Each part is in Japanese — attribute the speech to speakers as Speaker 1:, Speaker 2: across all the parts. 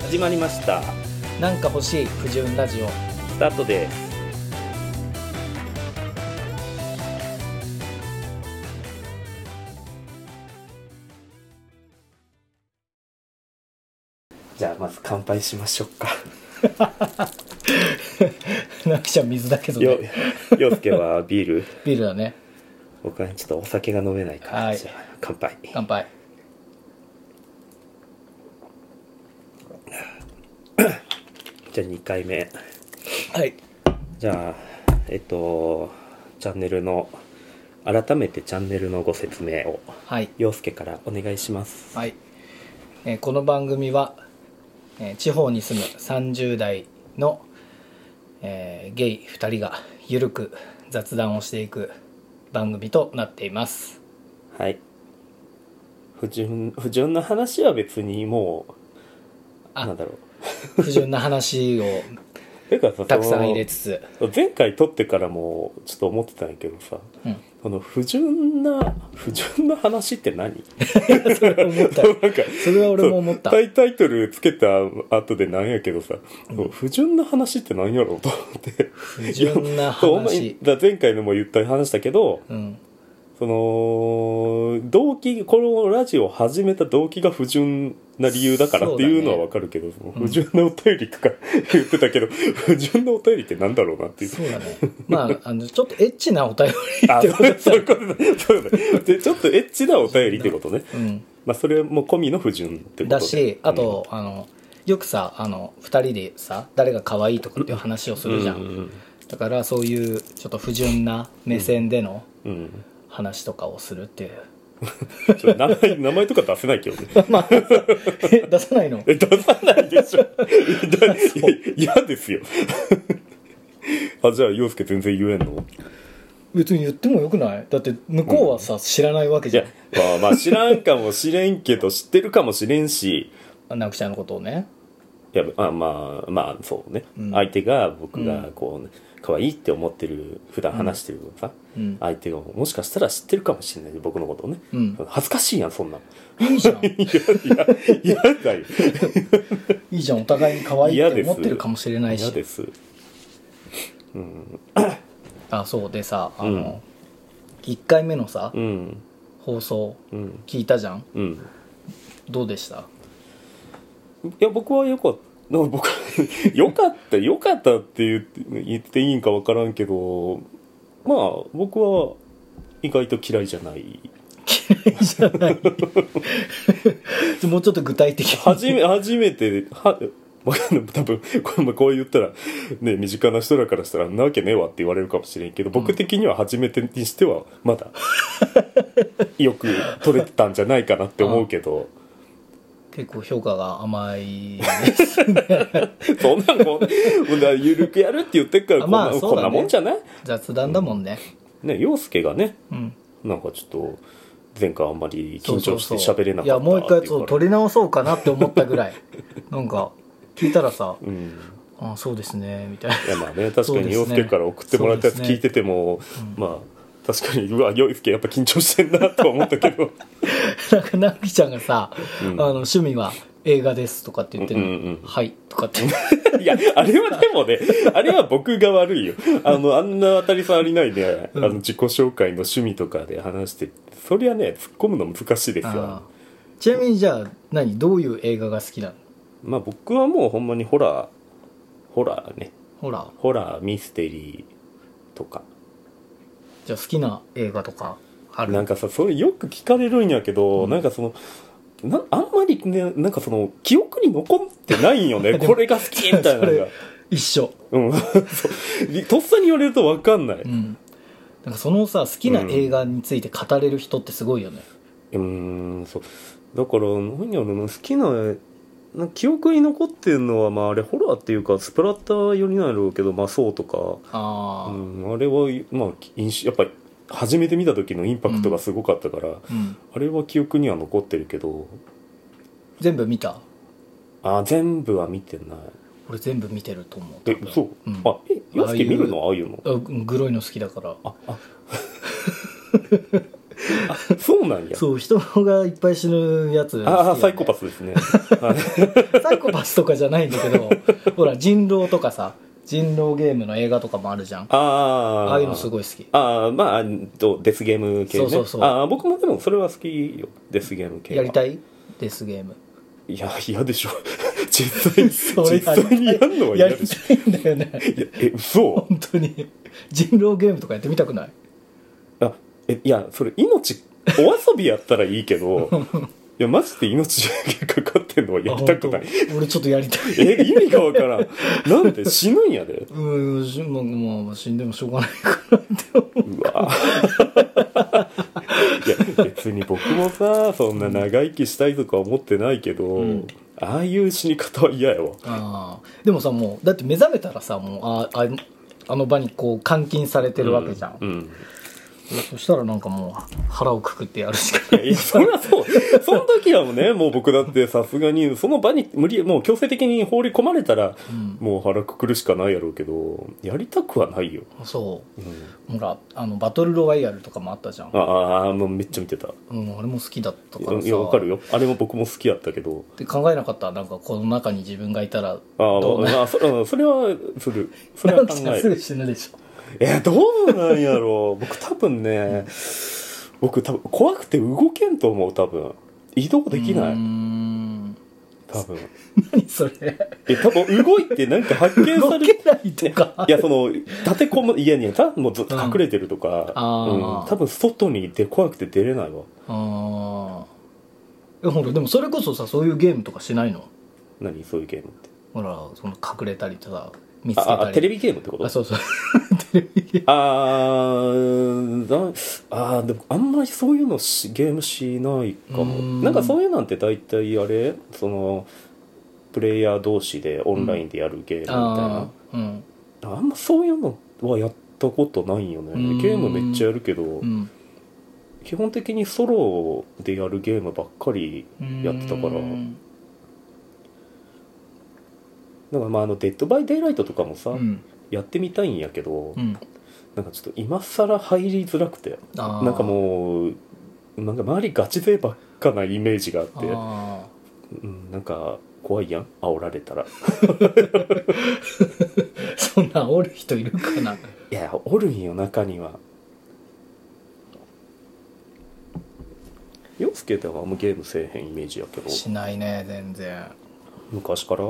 Speaker 1: 始まりました
Speaker 2: なんか欲しい不純ラジオ
Speaker 1: スタートですじゃあまず乾杯しましょう か
Speaker 2: なくちゃ水だけど
Speaker 1: よ
Speaker 2: ね
Speaker 1: 陽介はビール
Speaker 2: ビールだね
Speaker 1: 僕はちょっとお酒が飲めないから、
Speaker 2: はい
Speaker 1: じゃあ乾杯
Speaker 2: 乾杯
Speaker 1: じゃあ2回目
Speaker 2: はい
Speaker 1: じゃあえっとチャンネルの改めてチャンネルのご説明を
Speaker 2: はい
Speaker 1: 陽介からお願いします
Speaker 2: はい、えーこの番組は、えー地方に住む30代の、えーゲイ2人がゆるく雑談をしていく番組となっています
Speaker 1: はい不純不純な話は別にもう
Speaker 2: あ
Speaker 1: なんだろう
Speaker 2: 不純 な話を
Speaker 1: てかさ
Speaker 2: たくさん入れ
Speaker 1: て
Speaker 2: つつ、
Speaker 1: 前回撮ってからもちょっと思ってたんやけどさ
Speaker 2: うん、
Speaker 1: その不純な不純な話って何
Speaker 2: それは思っ た
Speaker 1: なんか
Speaker 2: それは俺も思った
Speaker 1: そうタイタイトルつけた後でなんやけどさ、そう不純な話って何やろうと思って
Speaker 2: 不純な
Speaker 1: そうお前
Speaker 2: 話
Speaker 1: だ前回のも言った話だけど
Speaker 2: うん
Speaker 1: その動機このラジオを始めた動機が不純な理由だからっていうのは
Speaker 2: そうだね
Speaker 1: わかるけど、その不純なお便りとか言ってたけど、不純 なお便りってなんだろうなっていう。
Speaker 2: そうだねまああのちょっとエッチなお便り
Speaker 1: あ
Speaker 2: ってこと
Speaker 1: そういうことだそうだねでちょっとエッチなお便りってことね、
Speaker 2: うん
Speaker 1: まあ、それも込みの不純ってことで
Speaker 2: だしあと、あのよくさあの2人でさ誰が可愛いとかっていう話をす
Speaker 1: うん
Speaker 2: るじゃん、
Speaker 1: うんうん
Speaker 2: だからそういうちょっと不純な目線での
Speaker 1: うん
Speaker 2: 話とかをするっ ていう、
Speaker 1: ちょっと名前名前とか出せないけどね
Speaker 2: まあえ出さないの
Speaker 1: え出さないでしょだいや嫌ですよあじゃあ陽介全然言えんの
Speaker 2: 別に言ってもよくないだって向こうはさ、知らないわけ
Speaker 1: い
Speaker 2: じゃ
Speaker 1: や
Speaker 2: ん、
Speaker 1: まあ、まあ知らんかもしれんけど知ってるかもしれんし
Speaker 2: なくちゃんのことをね
Speaker 1: いやまあまあまあそうね、
Speaker 2: うん
Speaker 1: 相手が僕がこう、可愛いって思ってる普段話してるさ、
Speaker 2: うん
Speaker 1: 相手がもしかしたら知ってるかもしれない僕のことをね、
Speaker 2: うん
Speaker 1: 恥ずかしいやんそ んなん
Speaker 2: いいじゃん
Speaker 1: い
Speaker 2: い
Speaker 1: やいやだよ
Speaker 2: いじゃんお互いに可愛い
Speaker 1: 嫌
Speaker 2: っ
Speaker 1: で
Speaker 2: て
Speaker 1: す
Speaker 2: 思ってるかもしれないし
Speaker 1: 嫌です
Speaker 2: あそうでさあ
Speaker 1: うん
Speaker 2: の、1回目のさ、
Speaker 1: うん
Speaker 2: 放送
Speaker 1: うん
Speaker 2: 聞いたじゃん
Speaker 1: うん
Speaker 2: どうでした
Speaker 1: いや僕はよかった僕は よかったよかったって言って言っていいんか分からんけどまあ僕は意外と嫌いじゃない
Speaker 2: 嫌いじゃない もうちょっと具体的に
Speaker 1: 初め初めてはわかんない多分これもこう言ったら、ね、身近な人らからしたら「んなわけねえわ」って言われるかもしれんけど僕的には初めてにしてはまだよく取れてたんじゃないかなって思うけど
Speaker 2: 結構評価が甘い
Speaker 1: そんなんもんだゆるくやるって言ってっからこんな,、
Speaker 2: まあそ
Speaker 1: こ
Speaker 2: うんだね
Speaker 1: なもんじゃない
Speaker 2: 雑談だもんね
Speaker 1: ね陽介がね
Speaker 2: うん
Speaker 1: なんかちょっと前回あんまり
Speaker 2: そ
Speaker 1: 緊
Speaker 2: うそ
Speaker 1: 張
Speaker 2: う
Speaker 1: して
Speaker 2: そう
Speaker 1: 喋れなかった
Speaker 2: いやもう一回
Speaker 1: ってい
Speaker 2: そう
Speaker 1: か
Speaker 2: う
Speaker 1: ら
Speaker 2: 取り直そうかなって思った ぐらいなんか聞いたらさ
Speaker 1: うん
Speaker 2: 「あそうですね」みたいない
Speaker 1: やまあね確か
Speaker 2: そうです
Speaker 1: に
Speaker 2: ね
Speaker 1: 洋介から送ってもらったやつ
Speaker 2: そうです
Speaker 1: 聞
Speaker 2: ね
Speaker 1: いてても、まあ確かにうわ洋介やっぱ緊張してんなとは思ったけ ど
Speaker 2: なんかなきちゃんがさ、
Speaker 1: うん
Speaker 2: あの趣味は映画です」とかって言ってるの
Speaker 1: うんうんうん
Speaker 2: はい」とかって
Speaker 1: いやあれはでもねあれは僕が悪いよあのあんな当たり障りないね、
Speaker 2: うん
Speaker 1: あの自己紹介の趣味とかで話してそりゃね突っ込むの難しいです
Speaker 2: あ
Speaker 1: よ
Speaker 2: ーちなみにじゃあ何どういう映画が好きなの
Speaker 1: まあ僕はもうほんまにホラーホラーね
Speaker 2: ほら
Speaker 1: ホラーミステリーとか
Speaker 2: じゃあ好きな映画とかある
Speaker 1: なんかさそれよく聞かれるんやけど、
Speaker 2: うん
Speaker 1: なんかそのなあんまりねなんかその記憶に残ってないんよねこれが好きみたいな
Speaker 2: そ
Speaker 1: のが
Speaker 2: れ。一緒
Speaker 1: うん、そうとっさに言われると分かんない、
Speaker 2: う
Speaker 1: うん
Speaker 2: なんかそのさ好きな映画について語れる人ってすごいよね、
Speaker 1: ーんそうだから何やろな好きななんか記憶に残ってるのは、まあ、あれホラーっていうかスプラッター寄りなんやろうけど、まあ、そうとか、
Speaker 2: ああ
Speaker 1: うん、あれは、まあ、印象やっぱり初めて見た時のインパクトがすごかったから、
Speaker 2: うん
Speaker 1: あれは記憶には残ってるけど
Speaker 2: 全部見た
Speaker 1: あ全部は見てない
Speaker 2: 俺全部見てると思う
Speaker 1: えそう、
Speaker 2: うん
Speaker 1: あえ洋
Speaker 2: ああ
Speaker 1: 介
Speaker 2: いう
Speaker 1: 見るのああいうの
Speaker 2: あグロいの好きだから
Speaker 1: ああそうなんや
Speaker 2: そう人がいっぱい死ぬやつ、
Speaker 1: ああサイコパス ですねはい
Speaker 2: スサイコパスとかじゃないんだけ どほら人狼とかさ人狼ゲームの映画とかもあるじゃん
Speaker 1: ああ
Speaker 2: ああいうのすごい好き
Speaker 1: ああまああんとデスゲーム系ね
Speaker 2: そうそうそう
Speaker 1: ああ僕もでもそれは好きよデスゲーム系は
Speaker 2: やりたいデスゲーム
Speaker 1: いや嫌でしょ 実際に
Speaker 2: それ
Speaker 1: 実際にやるのは
Speaker 2: や
Speaker 1: 嫌
Speaker 2: り
Speaker 1: でしょ
Speaker 2: たいんだよね
Speaker 1: いやえ嘘
Speaker 2: 本当に人狼ゲームとかやってみたくない
Speaker 1: あえいやそれ命お遊びやったらいいけ どいやマジで命がかかってんのはやりたくな
Speaker 2: あ
Speaker 1: い
Speaker 2: 本当俺ちょっとやりたい
Speaker 1: え意味がわからんなんで死ぬんやで
Speaker 2: うんしもうもう死んでもしょうがないからって思う
Speaker 1: うわいや別に僕もさそんな長生きしたいとか思ってないけど、
Speaker 2: ん
Speaker 1: ああいう死に方は嫌やわ
Speaker 2: あーでもさもうだって目覚めたらさもうあああの場にこう監禁されてるわけじゃん、
Speaker 1: うん
Speaker 2: そしたらなんかもう腹をくくってやるしか
Speaker 1: いやいやそりゃそう その時はもうねもう僕だってさすがにその場に無理もう強制的に放り込まれたら、
Speaker 2: ん
Speaker 1: もう腹くくるしかないやろうけどやりたくはないよ、
Speaker 2: そ
Speaker 1: うん
Speaker 2: うほらあのバトルロワイヤルとかもあったじゃん、
Speaker 1: ああもうめっちゃ見てた
Speaker 2: うん、俺も好きだったからさ
Speaker 1: いやわかるよあれも僕も好きやったけど
Speaker 2: って考えなかったなんかこの中に自分がいたら
Speaker 1: ああ
Speaker 2: どうな
Speaker 1: まあそうんそれはするそれ
Speaker 2: な
Speaker 1: は
Speaker 2: ん
Speaker 1: 考
Speaker 2: か
Speaker 1: え
Speaker 2: す
Speaker 1: る
Speaker 2: ぐ死ぬでしょ
Speaker 1: えどうなんやろう 僕多分ね僕多分怖くて動けんと思う多分移動できな
Speaker 2: うー
Speaker 1: い
Speaker 2: ん
Speaker 1: 多分
Speaker 2: 何それ
Speaker 1: え多分動いてなんか発見さ
Speaker 2: 動
Speaker 1: れる
Speaker 2: けないとか
Speaker 1: いや、その、立て込む家に、たもうずっと隠れてるとか、
Speaker 2: あー
Speaker 1: うん多分外に出、怖くて出れないわ。
Speaker 2: ああほらでもそれこそさそういうゲームとかしないの
Speaker 1: 何そういうゲームって。
Speaker 2: ほらその隠れたりとか見つけ
Speaker 1: あ、
Speaker 2: た
Speaker 1: あ、
Speaker 2: り
Speaker 1: テレビゲームってこと
Speaker 2: あそうそう
Speaker 1: あーなあー、でもあんまりそういうのし、ゲームしないか
Speaker 2: うー
Speaker 1: も。
Speaker 2: ん
Speaker 1: なんかそういうなんて大体あれその、プレイヤー同士でオンラインでやるゲームみたい
Speaker 2: あ
Speaker 1: な。
Speaker 2: あうん
Speaker 1: あんまそういうのはやったことないよね
Speaker 2: うーん。
Speaker 1: ゲームめっちゃやるけど、
Speaker 2: うん
Speaker 1: 基本的にソロでやるゲームばっかりやってたから。
Speaker 2: うん
Speaker 1: なんかまああの「デッド・バイ・デイライト」とかもさ、
Speaker 2: うん
Speaker 1: やってみたいんやけど、
Speaker 2: うん
Speaker 1: なんかちょっと今更入りづらくて
Speaker 2: あー
Speaker 1: なんかもうなんか周りガチ勢ばっかなイメージがあって
Speaker 2: あ
Speaker 1: うん、なんか怖いやん煽られたら
Speaker 2: ーそんなおる人いるかない
Speaker 1: やおるんよ中には洋介ではあんまゲームせえへんイメージやけど
Speaker 2: しないね全然
Speaker 1: 昔からあ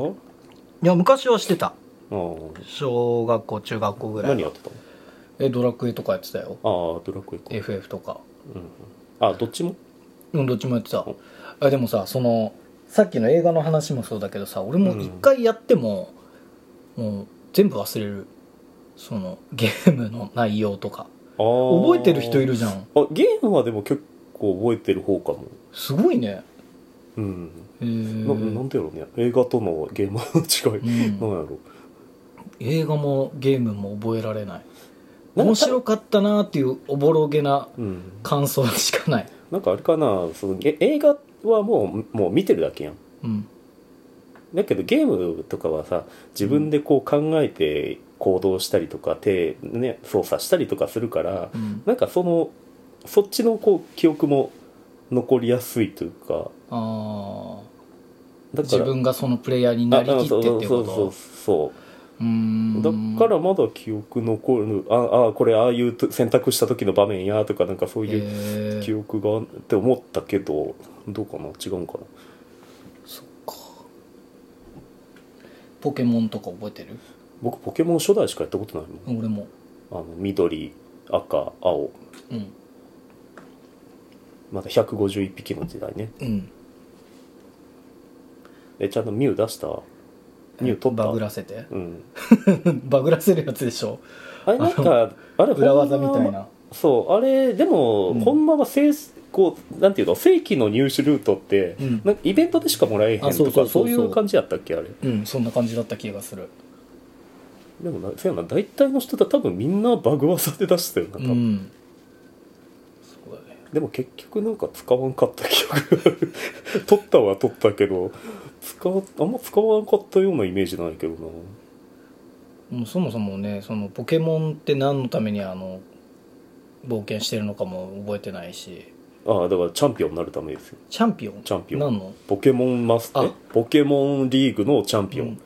Speaker 2: いや昔はしてた
Speaker 1: ー
Speaker 2: 小学校中学校ぐらい
Speaker 1: 何やってた
Speaker 2: えドラクエとかやってたよ
Speaker 1: のああドラクエか、
Speaker 2: FF とか
Speaker 1: うん、あどっちも
Speaker 2: うんどっちもやってたあでもさそのさっきの映画の話もそうだけどさ俺も一回やっても、もう全部忘れるそのゲームの内容とか覚
Speaker 1: 覚
Speaker 2: えてる人いるじゃん
Speaker 1: あゲームはでも結構覚えてる方かも
Speaker 2: すごいね
Speaker 1: うん、
Speaker 2: へ
Speaker 1: ななん
Speaker 2: ー
Speaker 1: でやろうね映画とのゲームの違い、
Speaker 2: うん
Speaker 1: なんやろ
Speaker 2: 映画もゲームも覚えられ
Speaker 1: な
Speaker 2: ない
Speaker 1: んか
Speaker 2: 面白かったなーっていうおぼろげな
Speaker 1: う、うん、
Speaker 2: 感想しかない
Speaker 1: なんかあれかなそのえ映画はもうもう見てるだけやん
Speaker 2: うん
Speaker 1: だけどゲームとかはさ自分でこう考えて行動したりとか手、ね、操作したりとかするから
Speaker 2: うん
Speaker 1: なんかそのそっちのこう記憶も残りやすいというか
Speaker 2: ああ
Speaker 1: だか
Speaker 2: 自
Speaker 1: ら
Speaker 2: 分がそのプレイヤーに
Speaker 1: あ
Speaker 2: なりきって
Speaker 1: あ
Speaker 2: って
Speaker 1: そ
Speaker 2: こ
Speaker 1: う
Speaker 2: と
Speaker 1: そうそうそう
Speaker 2: うーん
Speaker 1: だからまだ記憶残るああこれああいうと選択した時の場面やとかなんかそういう
Speaker 2: へー
Speaker 1: 記憶がって思ったけどどうかな違うんかな
Speaker 2: ポケモンとか覚えてる
Speaker 1: 僕ポケモン初代しかやったことないも
Speaker 2: 俺も
Speaker 1: んあの緑赤青
Speaker 2: うん
Speaker 1: まだ151匹の時代ね
Speaker 2: うん
Speaker 1: えちゃんとミュウ出したミュウ取った
Speaker 2: バグらせて
Speaker 1: うん
Speaker 2: バグらせるやつでしょ
Speaker 1: あれなんかあれ
Speaker 2: 裏
Speaker 1: ほ
Speaker 2: 技
Speaker 1: ん
Speaker 2: み
Speaker 1: ま
Speaker 2: たいな
Speaker 1: そうあれでも、
Speaker 2: うん
Speaker 1: ほんまは正こうなんていうの正規の入手ルートって、
Speaker 2: うん
Speaker 1: なんかイベントでしかもらえへんと
Speaker 2: あ
Speaker 1: かそ
Speaker 2: そ
Speaker 1: うう
Speaker 2: そうそうそう
Speaker 1: いう感じやったっけあれ
Speaker 2: うんそんな感じだった気がする
Speaker 1: でもなせやな大体の人だ多分みんなバグ技で出してたよな、
Speaker 2: う
Speaker 1: 多分
Speaker 2: んそうだね
Speaker 1: でも結局なんか使わんかった記憶がある取ったは取ったけど使わあんま使わんかったようなイメージないけどな
Speaker 2: もうそもそもねそのポケモンって何のためにあの冒険してるのかも覚えてないし
Speaker 1: ああだからチャンピオンになるためですよ
Speaker 2: チャンピオン
Speaker 1: チャンピオン
Speaker 2: なんの
Speaker 1: ポケモンマスタ
Speaker 2: あ
Speaker 1: ーポケモンリーグのチャンピオ
Speaker 2: う
Speaker 1: ン
Speaker 2: ん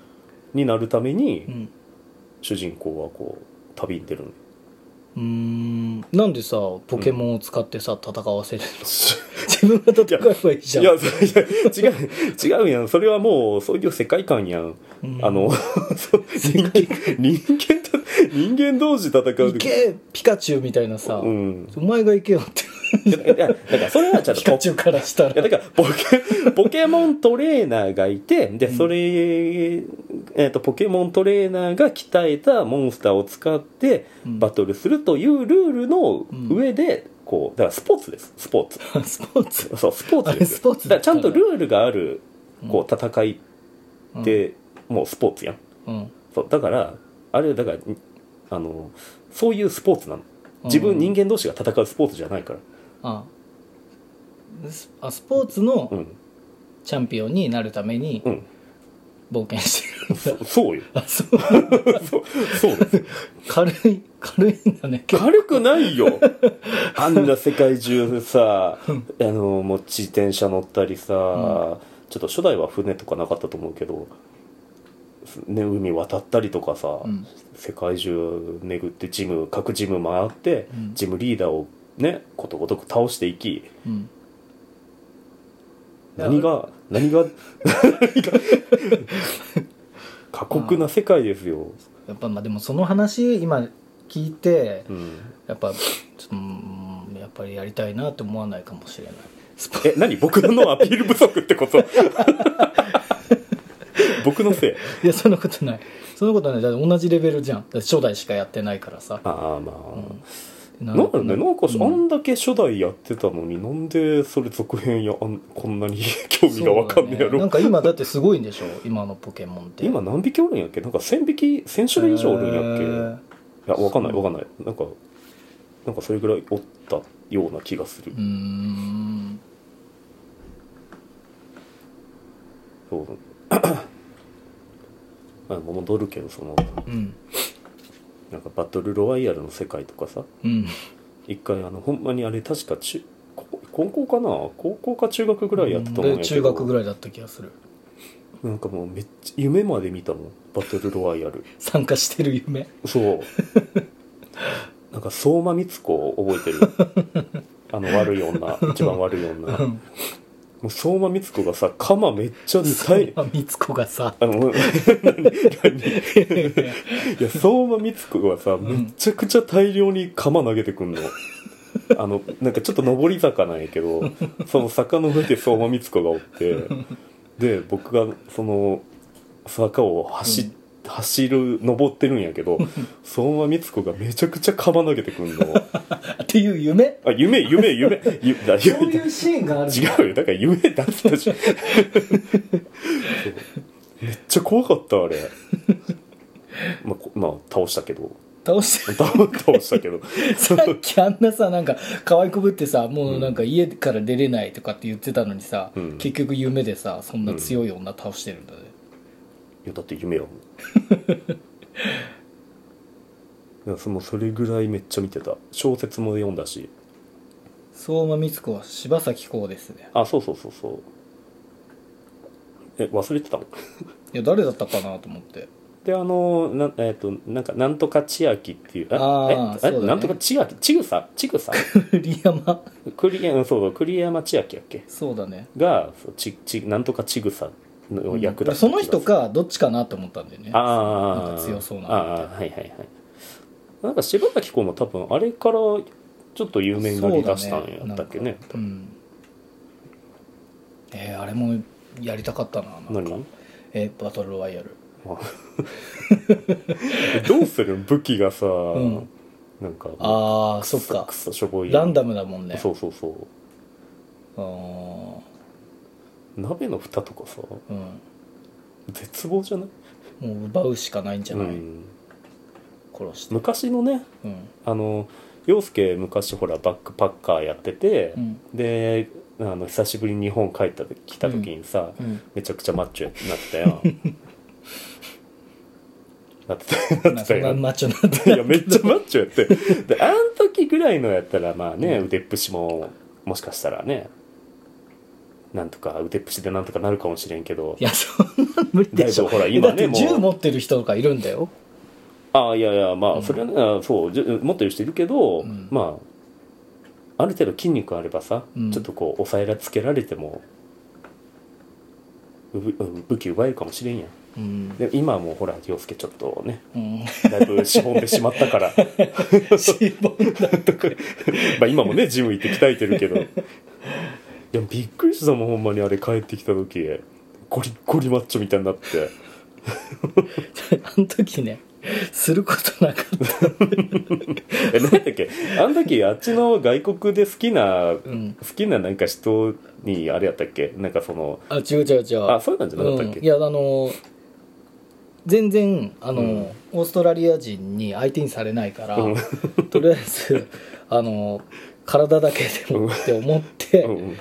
Speaker 1: になるために、
Speaker 2: うん
Speaker 1: 主人公はこう旅に出るの
Speaker 2: うーんなんでさポケモンを使ってさ、戦わ せるの自分が戦えばいいじゃん
Speaker 1: いやそいや違う違うやんそれはもうそういう世界観やん、
Speaker 2: うん
Speaker 1: あの そう人間人間と人間同士戦う
Speaker 2: 行
Speaker 1: 時
Speaker 2: けピカチュウみたいなさ、
Speaker 1: うん
Speaker 2: お前が行けよって
Speaker 1: いやいやだからそれはちゃんと
Speaker 2: ピカチュウからした
Speaker 1: いや
Speaker 2: ら
Speaker 1: だからポケポケモントレーナーがいてでそれ、えー、とポケモントレーナーが鍛えたモンスターを使って
Speaker 2: うん
Speaker 1: バトルするというルールの上で、こうだからスポーツですスポーツ
Speaker 2: スポーツ
Speaker 1: そうスポーツ
Speaker 2: あれ
Speaker 1: です
Speaker 2: スポーツだ
Speaker 1: だ
Speaker 2: っ
Speaker 1: から
Speaker 2: た
Speaker 1: ちゃん
Speaker 2: んだ
Speaker 1: とルールがあるこう戦い
Speaker 2: うん
Speaker 1: って、もうスポーツやん
Speaker 2: うん
Speaker 1: そうだからあれだからあのそういうスポーツなの自
Speaker 2: う
Speaker 1: 分
Speaker 2: ん
Speaker 1: 人間同士が戦うスポーツじゃないから
Speaker 2: あスあスポーツの
Speaker 1: うん
Speaker 2: チャンピオンになるために
Speaker 1: うん
Speaker 2: 冒険してるん
Speaker 1: そ
Speaker 2: だ、
Speaker 1: そう よ
Speaker 2: あそう
Speaker 1: そうそうです
Speaker 2: 軽い軽いんだね
Speaker 1: 軽くないよ あんな世界中さあのもう自転車乗ったりさ、ちょっと初代は船とかなかったと思うけど、ね、海渡ったりとかさ、
Speaker 2: うん
Speaker 1: 世界中巡ってジム各ジム回って、
Speaker 2: うん
Speaker 1: ジムリーダーをねことごとく倒していき
Speaker 2: うんいや
Speaker 1: 何が何が何が過酷な世界ですよ、
Speaker 2: やっぱまあでもその話今聞いて
Speaker 1: うん、
Speaker 2: やっぱちょっとうんやっぱりやりたいなって思わないかもしれないスポ
Speaker 1: え何僕のアピール不足ってこと 僕のせい
Speaker 2: いやそんなことないそんなことないだって同じレベルじゃんだって初代しかやってないからさ
Speaker 1: ああまあ、
Speaker 2: な
Speaker 1: なんだろうねなんか、
Speaker 2: うん
Speaker 1: あんだけ初代やってたのになんでそれ続編やあんこんなに 興味がわかんねえや
Speaker 2: そうだ
Speaker 1: ろ、
Speaker 2: ねなんか今だってすごいんでしょ今のポケモンって
Speaker 1: 今何匹おるんやっけなんか1000匹1000種類以上おるんやっけ、いやわかんないわかんないなんかなんかそれぐらいおったような気がする
Speaker 2: うー、ん
Speaker 1: そう あの戻るけどその
Speaker 2: うん
Speaker 1: なんかバトルロワイヤルの世界とかさ
Speaker 2: うん
Speaker 1: 一回あのほんまにあれ確か中高高校かな高校か中学ぐらいやったと思うん
Speaker 2: で
Speaker 1: やけ
Speaker 2: 中
Speaker 1: ど、
Speaker 2: 学ぐらいだった気がする
Speaker 1: なんかもうめっちゃ夢まで見たもんバトルロワイヤル
Speaker 2: 参加してる夢
Speaker 1: そう なんか相馬光子を覚えてるあの悪い女一番悪い 女も
Speaker 2: ん
Speaker 1: う相馬光子がさ鎌めっちゃ痛い
Speaker 2: あみつこがさ
Speaker 1: あのもういや相馬光子はさ
Speaker 2: ん
Speaker 1: めちゃくちゃ大量に鎌投げてくんのあのなんかちょっと上り坂なんやけどその坂の上で相馬光子がおってで僕がその坂を走,、走る登ってるんやけど相馬光子がめちゃくちゃ鎌投げてくんの
Speaker 2: っていう夢
Speaker 1: あ夢夢夢ゆだ
Speaker 2: そ
Speaker 1: 夢
Speaker 2: ういうシーンがある
Speaker 1: 違うよだから夢だったしそうめっちゃ怖かったあれまあこ、まあ、倒したけど
Speaker 2: 倒し て
Speaker 1: 倒倒したけ ど
Speaker 2: さっきあんなさなんか可愛くぶってさもうなんか家から出れないとかって言ってたのにさ、
Speaker 1: うん
Speaker 2: 結局夢でさそんな強い女倒してるんだね、
Speaker 1: いやだって夢やもんいやそのそれぐらいめっちゃ見てた小説も読んだし
Speaker 2: 相馬光子は柴咲コウですね
Speaker 1: あそうそうそうそうえ忘れてたもん
Speaker 2: いや誰だったかなと思 って
Speaker 1: であのな,、えっとなんかなんとか千秋っていう
Speaker 2: あ
Speaker 1: え
Speaker 2: ー
Speaker 1: え
Speaker 2: そうだね
Speaker 1: なんとか千秋千草千草
Speaker 2: 栗山
Speaker 1: 栗山そうそう栗山千秋やっけ
Speaker 2: そうだね
Speaker 1: がそうちちなんとかちぐさの役だった
Speaker 2: その
Speaker 1: 気が
Speaker 2: 人
Speaker 1: する
Speaker 2: かどっちかなと思ったんだよね
Speaker 1: ああ
Speaker 2: なんか強そうな
Speaker 1: ああはいはいはいなんか柴咲コウも多分あれからちょっと有名になりだしたんやったっけね
Speaker 2: そうだなんかうんえーあれもやりたかったななんか
Speaker 1: 何
Speaker 2: えーバトルロワイヤル
Speaker 1: えどうする武器がさ、
Speaker 2: ん
Speaker 1: なんか
Speaker 2: ああ
Speaker 1: ク
Speaker 2: そ
Speaker 1: ソ
Speaker 2: っか
Speaker 1: クソしょぼい
Speaker 2: ランダムだもんね
Speaker 1: そうそうそう
Speaker 2: あー
Speaker 1: 鍋の蓋とかさ
Speaker 2: うん
Speaker 1: 絶望じゃない、
Speaker 2: もう奪うしかないんじゃ
Speaker 1: う
Speaker 2: ない、
Speaker 1: ん、
Speaker 2: 殺して
Speaker 1: 昔のね
Speaker 2: うん
Speaker 1: あの陽介昔ほらバックパッカーやってて、
Speaker 2: うん
Speaker 1: であの久しぶりに日本帰った時来 た時にさ、
Speaker 2: うん
Speaker 1: めちゃくちゃマッチョになったよななってたな
Speaker 2: ま
Speaker 1: っ
Speaker 2: あそ
Speaker 1: てたよ
Speaker 2: んなマッチョになって
Speaker 1: いやめっちゃマッチョやってであん時ぐらいのやったらまあね腕っぷしももしかしたらねなんとか腕っぷしでなんとかなるかもしれんけど
Speaker 2: いやそんな無理でしょ
Speaker 1: だいぶほら今ね
Speaker 2: だって銃
Speaker 1: もう
Speaker 2: 持ってる人とかいるんだよ
Speaker 1: ああいやいやまあそれはね、あそうじゅ持ってる人いるけど、
Speaker 2: ん
Speaker 1: まあある程度筋肉あればさ、
Speaker 2: うん
Speaker 1: ちょっとこう抑えらつけられてもうぶうん武器奪えるかもしれんやん
Speaker 2: うん、
Speaker 1: で今はもうほら陽介ちょっとね
Speaker 2: うん、
Speaker 1: だいぶしぼんでしまったから
Speaker 2: しぼんだ
Speaker 1: まあ今もねジム行って鍛えてるけどいやびっくりしたもんほんまにあれ帰ってきた時ゴリッゴリマッチョみたいになって
Speaker 2: あの時ねすることなかった
Speaker 1: え何だっけあの時あっちの外国で好きな、
Speaker 2: ん
Speaker 1: 好きななんか人にあれやったっけなんかその
Speaker 2: あ違う違う違う
Speaker 1: あそうなんじゃなかったっけ、
Speaker 2: うん、いやあの全然あの、オーストラリア人に相手にされないから、
Speaker 1: うん
Speaker 2: とりあえずあの体だけでもって思って、
Speaker 1: うん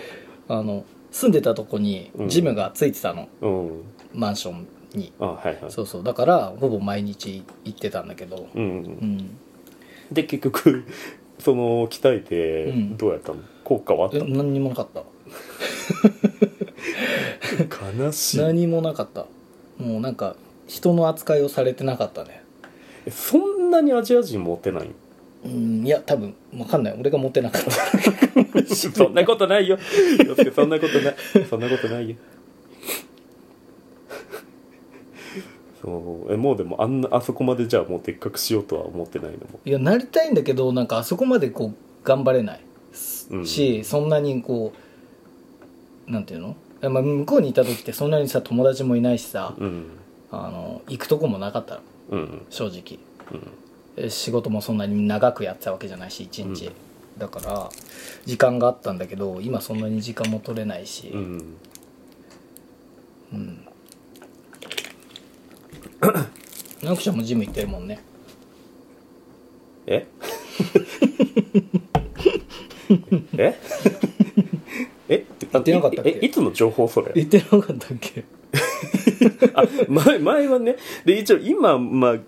Speaker 2: あの住んでたとこに
Speaker 1: うん
Speaker 2: ジムがついてたの、
Speaker 1: うん
Speaker 2: マンションに
Speaker 1: あはいはい
Speaker 2: そうそうだからほぼ毎日行ってたんだけど
Speaker 1: う
Speaker 2: うんん
Speaker 1: で結局その鍛え
Speaker 2: うん
Speaker 1: てどうやったの、効果はあっ
Speaker 2: え何にもなかった
Speaker 1: たの悲しい
Speaker 2: 何もなかったもうなんか人の扱いをされてなかったね
Speaker 1: えそんなにアジア人モテない
Speaker 2: うんいや多分わかんない俺がモテなかっ た
Speaker 1: そんなことないよ洋介そんなこと ないそんなことないよそうえもうでもあんなあそこまでじゃあもうでっかくしようとは思ってないのも
Speaker 2: いやなりたいんだけどなんかあそこまでこう頑張れない
Speaker 1: うん
Speaker 2: し、そんなにこうなんていうの、まあ、向こうにいた時ってそんなにさ友達もいないしさ、
Speaker 1: うん
Speaker 2: あの行くとこもなかったの
Speaker 1: うん
Speaker 2: 正直
Speaker 1: うん
Speaker 2: え仕事もそんなに長くやってたわけじゃないし一日、
Speaker 1: うん
Speaker 2: だから時間があったんだけど今そんなに時間も取れないし、
Speaker 1: うん
Speaker 2: 直樹ちゃんもジム行ってるもんね
Speaker 1: えええって言
Speaker 2: ってなかったっけ
Speaker 1: えいつの情報それ
Speaker 2: 行ってなかったっけ
Speaker 1: あ前前はねで一応今まあう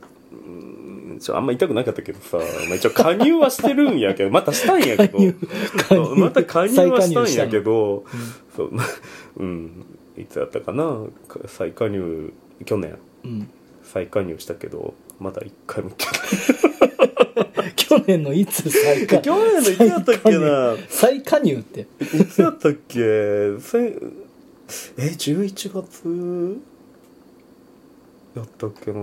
Speaker 1: ーんちょあんま痛くなかったけどさ、まあ、一応加入はしてるんやけどまたしたんやけどそうまた加入はしたんやけどそうまうんいつやったかなか再加入去年
Speaker 2: うん
Speaker 1: 再加入したけどまだ一回も行ってない
Speaker 2: 去年のいつ再加
Speaker 1: 去年のいつやったっけな
Speaker 2: 再加入って
Speaker 1: いつやったっけせんえ11月やったっけな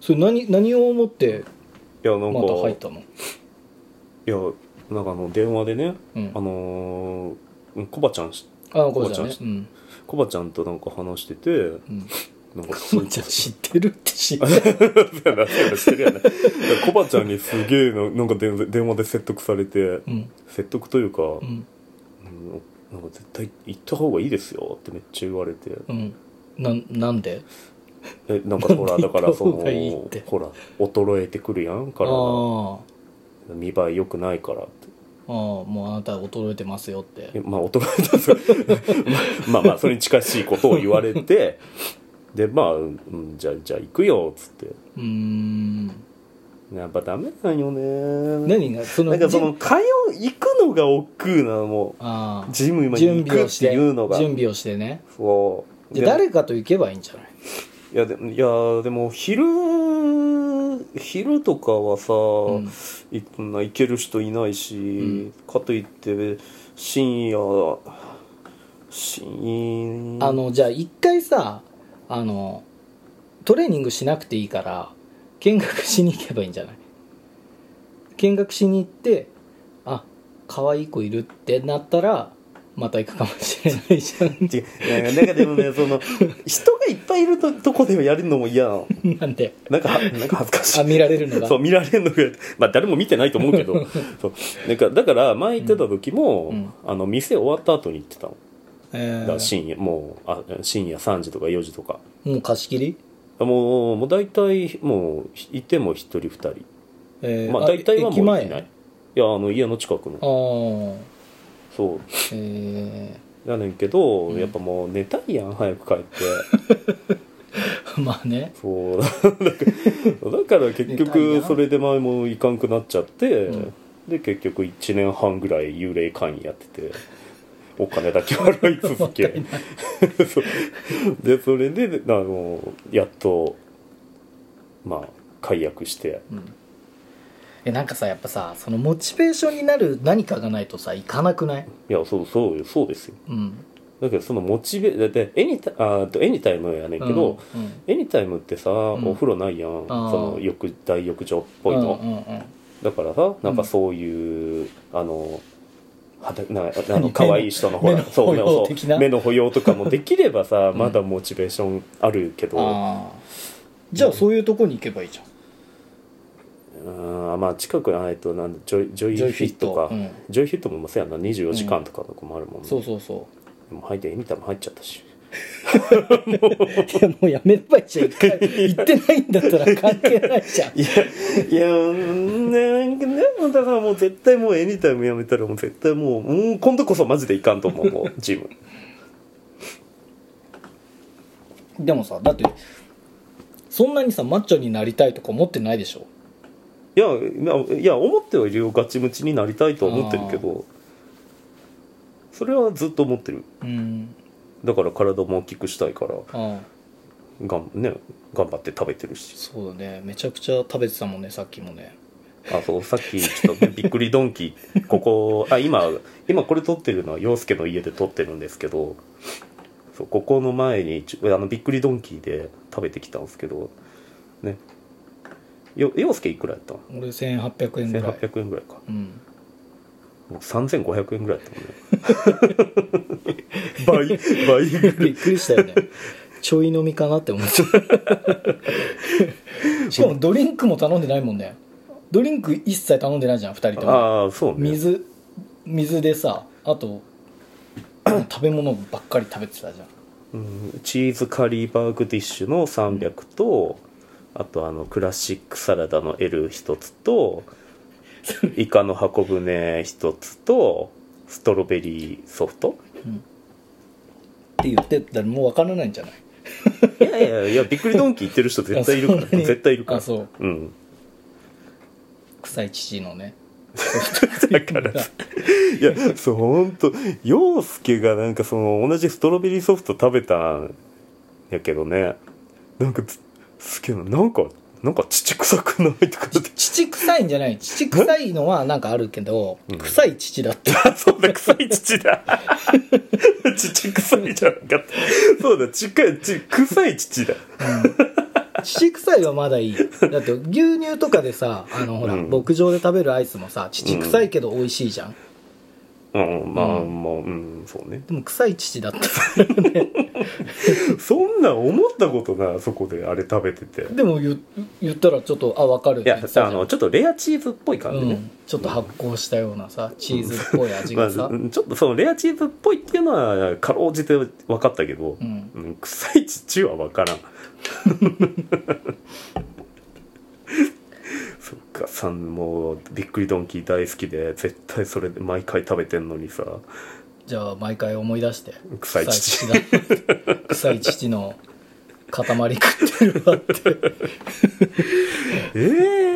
Speaker 2: それ何何を思って
Speaker 1: いやなんか、
Speaker 2: また入ったの
Speaker 1: いやなんかあの電話でね、
Speaker 2: うん
Speaker 1: あのーコバちゃんし
Speaker 2: あのこうじ
Speaker 1: こう
Speaker 2: ゃね
Speaker 1: ちゃ
Speaker 2: うん
Speaker 1: コバちゃんとなんか話してて
Speaker 2: うん
Speaker 1: なんか
Speaker 2: こう ちゃん知ってるって知ってる
Speaker 1: そうやなそうやなしてるやな コバちゃんにすげえななんか電話電話で説得されて、
Speaker 2: うん
Speaker 1: 説得というか、
Speaker 2: う
Speaker 1: うん
Speaker 2: ん
Speaker 1: なんか絶対行った方がいいですよってめっちゃ言われて、
Speaker 2: うんなんなんで
Speaker 1: えなんかほらだからその
Speaker 2: 行った方がいいって
Speaker 1: ほら衰えてくるやん
Speaker 2: あ
Speaker 1: か
Speaker 2: あ
Speaker 1: ら
Speaker 2: ー
Speaker 1: 見栄え良くないからって
Speaker 2: あーもうあなたは衰えてますよって
Speaker 1: えまあ衰えたそれ まあまあそれに近しいことを言われてでまあ、うん、じゃあじゃあ行くよっつって
Speaker 2: うーん
Speaker 1: やっぱダメなんよね
Speaker 2: 何がその
Speaker 1: なんかその
Speaker 2: じ
Speaker 1: 通う行くのが億劫なのも
Speaker 2: あ
Speaker 1: う
Speaker 2: あ
Speaker 1: ジム今
Speaker 2: 準
Speaker 1: 行
Speaker 2: 備
Speaker 1: くっ
Speaker 2: をしてて
Speaker 1: いうのが
Speaker 2: 準備をしてね
Speaker 1: そう
Speaker 2: で
Speaker 1: でも
Speaker 2: 誰かと行けばいいんじゃない
Speaker 1: いやでもいやでも昼昼とかはさ、
Speaker 2: ん
Speaker 1: いそんな行ける人いないし、かといって深夜深夜
Speaker 2: あのじゃあ一回さあのトレーニングしなくていいから見学しに行けばいいんじゃない見学しに行ってあ可愛い子いるってなったらまた行くかもしれないじゃん
Speaker 1: 違うなんかなんかでもねそ の人がいっぱいいるととこではやるのも嫌なの
Speaker 2: なんで
Speaker 1: なん かなんか恥ずかしい
Speaker 2: あ見られるのが
Speaker 1: そう見られるのが、まあ、誰も見てないと思うけ どそうなんかだから前行ってた時も、
Speaker 2: うん
Speaker 1: あの店終わった後に行ってたの
Speaker 2: え
Speaker 1: だから
Speaker 2: ー
Speaker 1: 深夜もうあ深夜3時とか4時とか
Speaker 2: もう貸し切り、
Speaker 1: もうもう大体もういても1人2人、
Speaker 2: えー
Speaker 1: まあ大体はもう
Speaker 2: 駅
Speaker 1: いな
Speaker 2: 前
Speaker 1: いいやあの家の近く
Speaker 2: あ
Speaker 1: の
Speaker 2: あ
Speaker 1: そ
Speaker 2: え
Speaker 1: うやねんけど、やっぱもう寝たいやん早く帰って
Speaker 2: ーま あね
Speaker 1: そうだからだから結
Speaker 2: 寝たい
Speaker 1: 局
Speaker 2: な
Speaker 1: それで前もいかんくなっちゃって、
Speaker 2: うん
Speaker 1: で結局1年半ぐらい幽霊会員やっててお金だけ払い続 けそうでそれであのやっとまあ解約して
Speaker 2: うんえなんかさやっぱさそのモチベーションになる何かがないとさいかなくない
Speaker 1: いやそうそうよそうですよ
Speaker 2: うん
Speaker 1: だけどそのモチベだってエニタあーとエニタイムやねんけど、
Speaker 2: うんうん
Speaker 1: エニタイムってさ、
Speaker 2: ん
Speaker 1: お風呂ないやんそ
Speaker 2: あー
Speaker 1: の浴大浴場っぽいの、
Speaker 2: うんうんうん
Speaker 1: だからさなんかそういう、あのはたな あの可愛い人のほ
Speaker 2: 目
Speaker 1: ら
Speaker 2: の
Speaker 1: そう
Speaker 2: 保養
Speaker 1: そう
Speaker 2: 的な
Speaker 1: 目の保養とかもできればさ、
Speaker 2: ん
Speaker 1: まだモチベーションあるけど
Speaker 2: ああじゃあそういうとこに行けばいいじゃん
Speaker 1: うんまあ近くえっとなんだジョイジョイ
Speaker 2: ジ
Speaker 1: フ
Speaker 2: ョ
Speaker 1: ィ
Speaker 2: イフィッ
Speaker 1: ッ
Speaker 2: ト
Speaker 1: トか
Speaker 2: うん
Speaker 1: ジョイフィットもまあそうやな24時間とかの子もあるもんね、
Speaker 2: そうそうそう
Speaker 1: でも入ってエニタイム入っちゃったし
Speaker 2: いやもうやめればいいじゃん一回行ってないんだったら関係ないじゃん
Speaker 1: いや いやうんなんかねだからもう絶対もうエニタイムやめたらもう絶対もうもう今度こそマジでいかんと思うもうジム
Speaker 2: でもさだってそんなにさマッチョになりたいとか思ってないでしょ
Speaker 1: いやいや思ってはいるよガチムチになりたいとは思ってるけどそれはずっと思ってる
Speaker 2: うん
Speaker 1: だから体も大きくしたいから
Speaker 2: ああ
Speaker 1: がん、ね、頑張って食べてるし
Speaker 2: そうだねめちゃくちゃ食べてたもんねさっきもね
Speaker 1: あそうさっきちょっ とねびっくりドンキーここあ今今これ撮ってるのは陽介の家で撮ってるんですけどそうここの前にちょあのびっくりドンキーで食べてきたんですけどねよ陽介いくらやったの
Speaker 2: 俺1800円ぐらい
Speaker 1: ?1800 円ぐらいか
Speaker 2: うん
Speaker 1: もう3500円ぐらいだったもんね 倍倍ぐらい
Speaker 2: びっくりしたよねちょい飲みかなっ て思ったしかもドリンクも頼んでないもんねドリンク一切頼んでないじゃん2人とも
Speaker 1: ああそうね
Speaker 2: 水水でさ あと食べ物ばっかり食べてたじゃん
Speaker 1: うん、チーズカリーバーグディッシュの300と、あとあのクラシックサラダの L1 つ とイカの箱舟1つとストロベリーソフト
Speaker 2: って言ってたらもう分からないんじゃない
Speaker 1: いやいやいやびっくりドンキー行ってる人絶対いるか
Speaker 2: あ
Speaker 1: ら
Speaker 2: そんなに
Speaker 1: 絶対いるから
Speaker 2: あそう
Speaker 1: うん
Speaker 2: 臭い父のね
Speaker 1: だからいやそう本当陽介がなんかその同じストロベリーソフト食べたんやけどねなんかつすげえななんかなんか乳臭くないとかって
Speaker 2: 父臭いんじゃない父臭いのはなんかあるけど臭い父だって
Speaker 1: あそうだ臭い父だ 父臭いじゃなかったそうだ近いち臭い父だ
Speaker 2: 乳臭いはまだいいだって牛乳とかでさあのほら、
Speaker 1: うん
Speaker 2: 牧場で食べるアイスもさ乳臭いけど美味しいじゃん、
Speaker 1: うんまあまあう
Speaker 2: う
Speaker 1: んそうね
Speaker 2: でも臭い乳だった
Speaker 1: そんなん思ったことないそこであれ食べてて
Speaker 2: でも言言ったらちょっとあ分かるっ
Speaker 1: い
Speaker 2: て言
Speaker 1: や
Speaker 2: って
Speaker 1: さ
Speaker 2: た
Speaker 1: あ
Speaker 2: じゃん
Speaker 1: のちょっとレアチーズっぽい感じ
Speaker 2: う
Speaker 1: ね、
Speaker 2: ん、ちょっと発酵したようなさチーズっぽい 味
Speaker 1: ま
Speaker 2: が
Speaker 1: あ、ち
Speaker 2: さ、
Speaker 1: ょっとそのレアチーズっぽいっていうのはかろうじて分かったけど、
Speaker 2: うん
Speaker 1: うん臭い父は分からん そっかさんもうびっくりドンキー大好きで絶対それで毎回食べてんのにさ
Speaker 2: じゃあ毎回思い出して
Speaker 1: 臭い乳
Speaker 2: 臭い乳だ 臭い乳の塊食ってるわ って
Speaker 1: え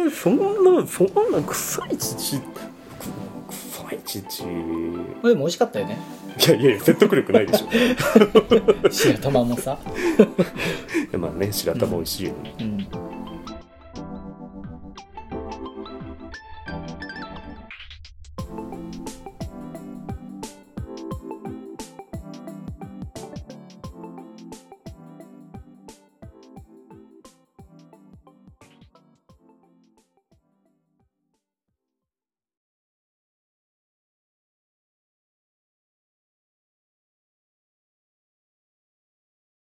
Speaker 1: ー、そんなそんな臭い父く臭い父い
Speaker 2: でも美味しかったよね
Speaker 1: やいやいや説得力ないでしょい
Speaker 2: 白玉もさ、
Speaker 1: やまあね白玉美味しいよね、
Speaker 2: うん、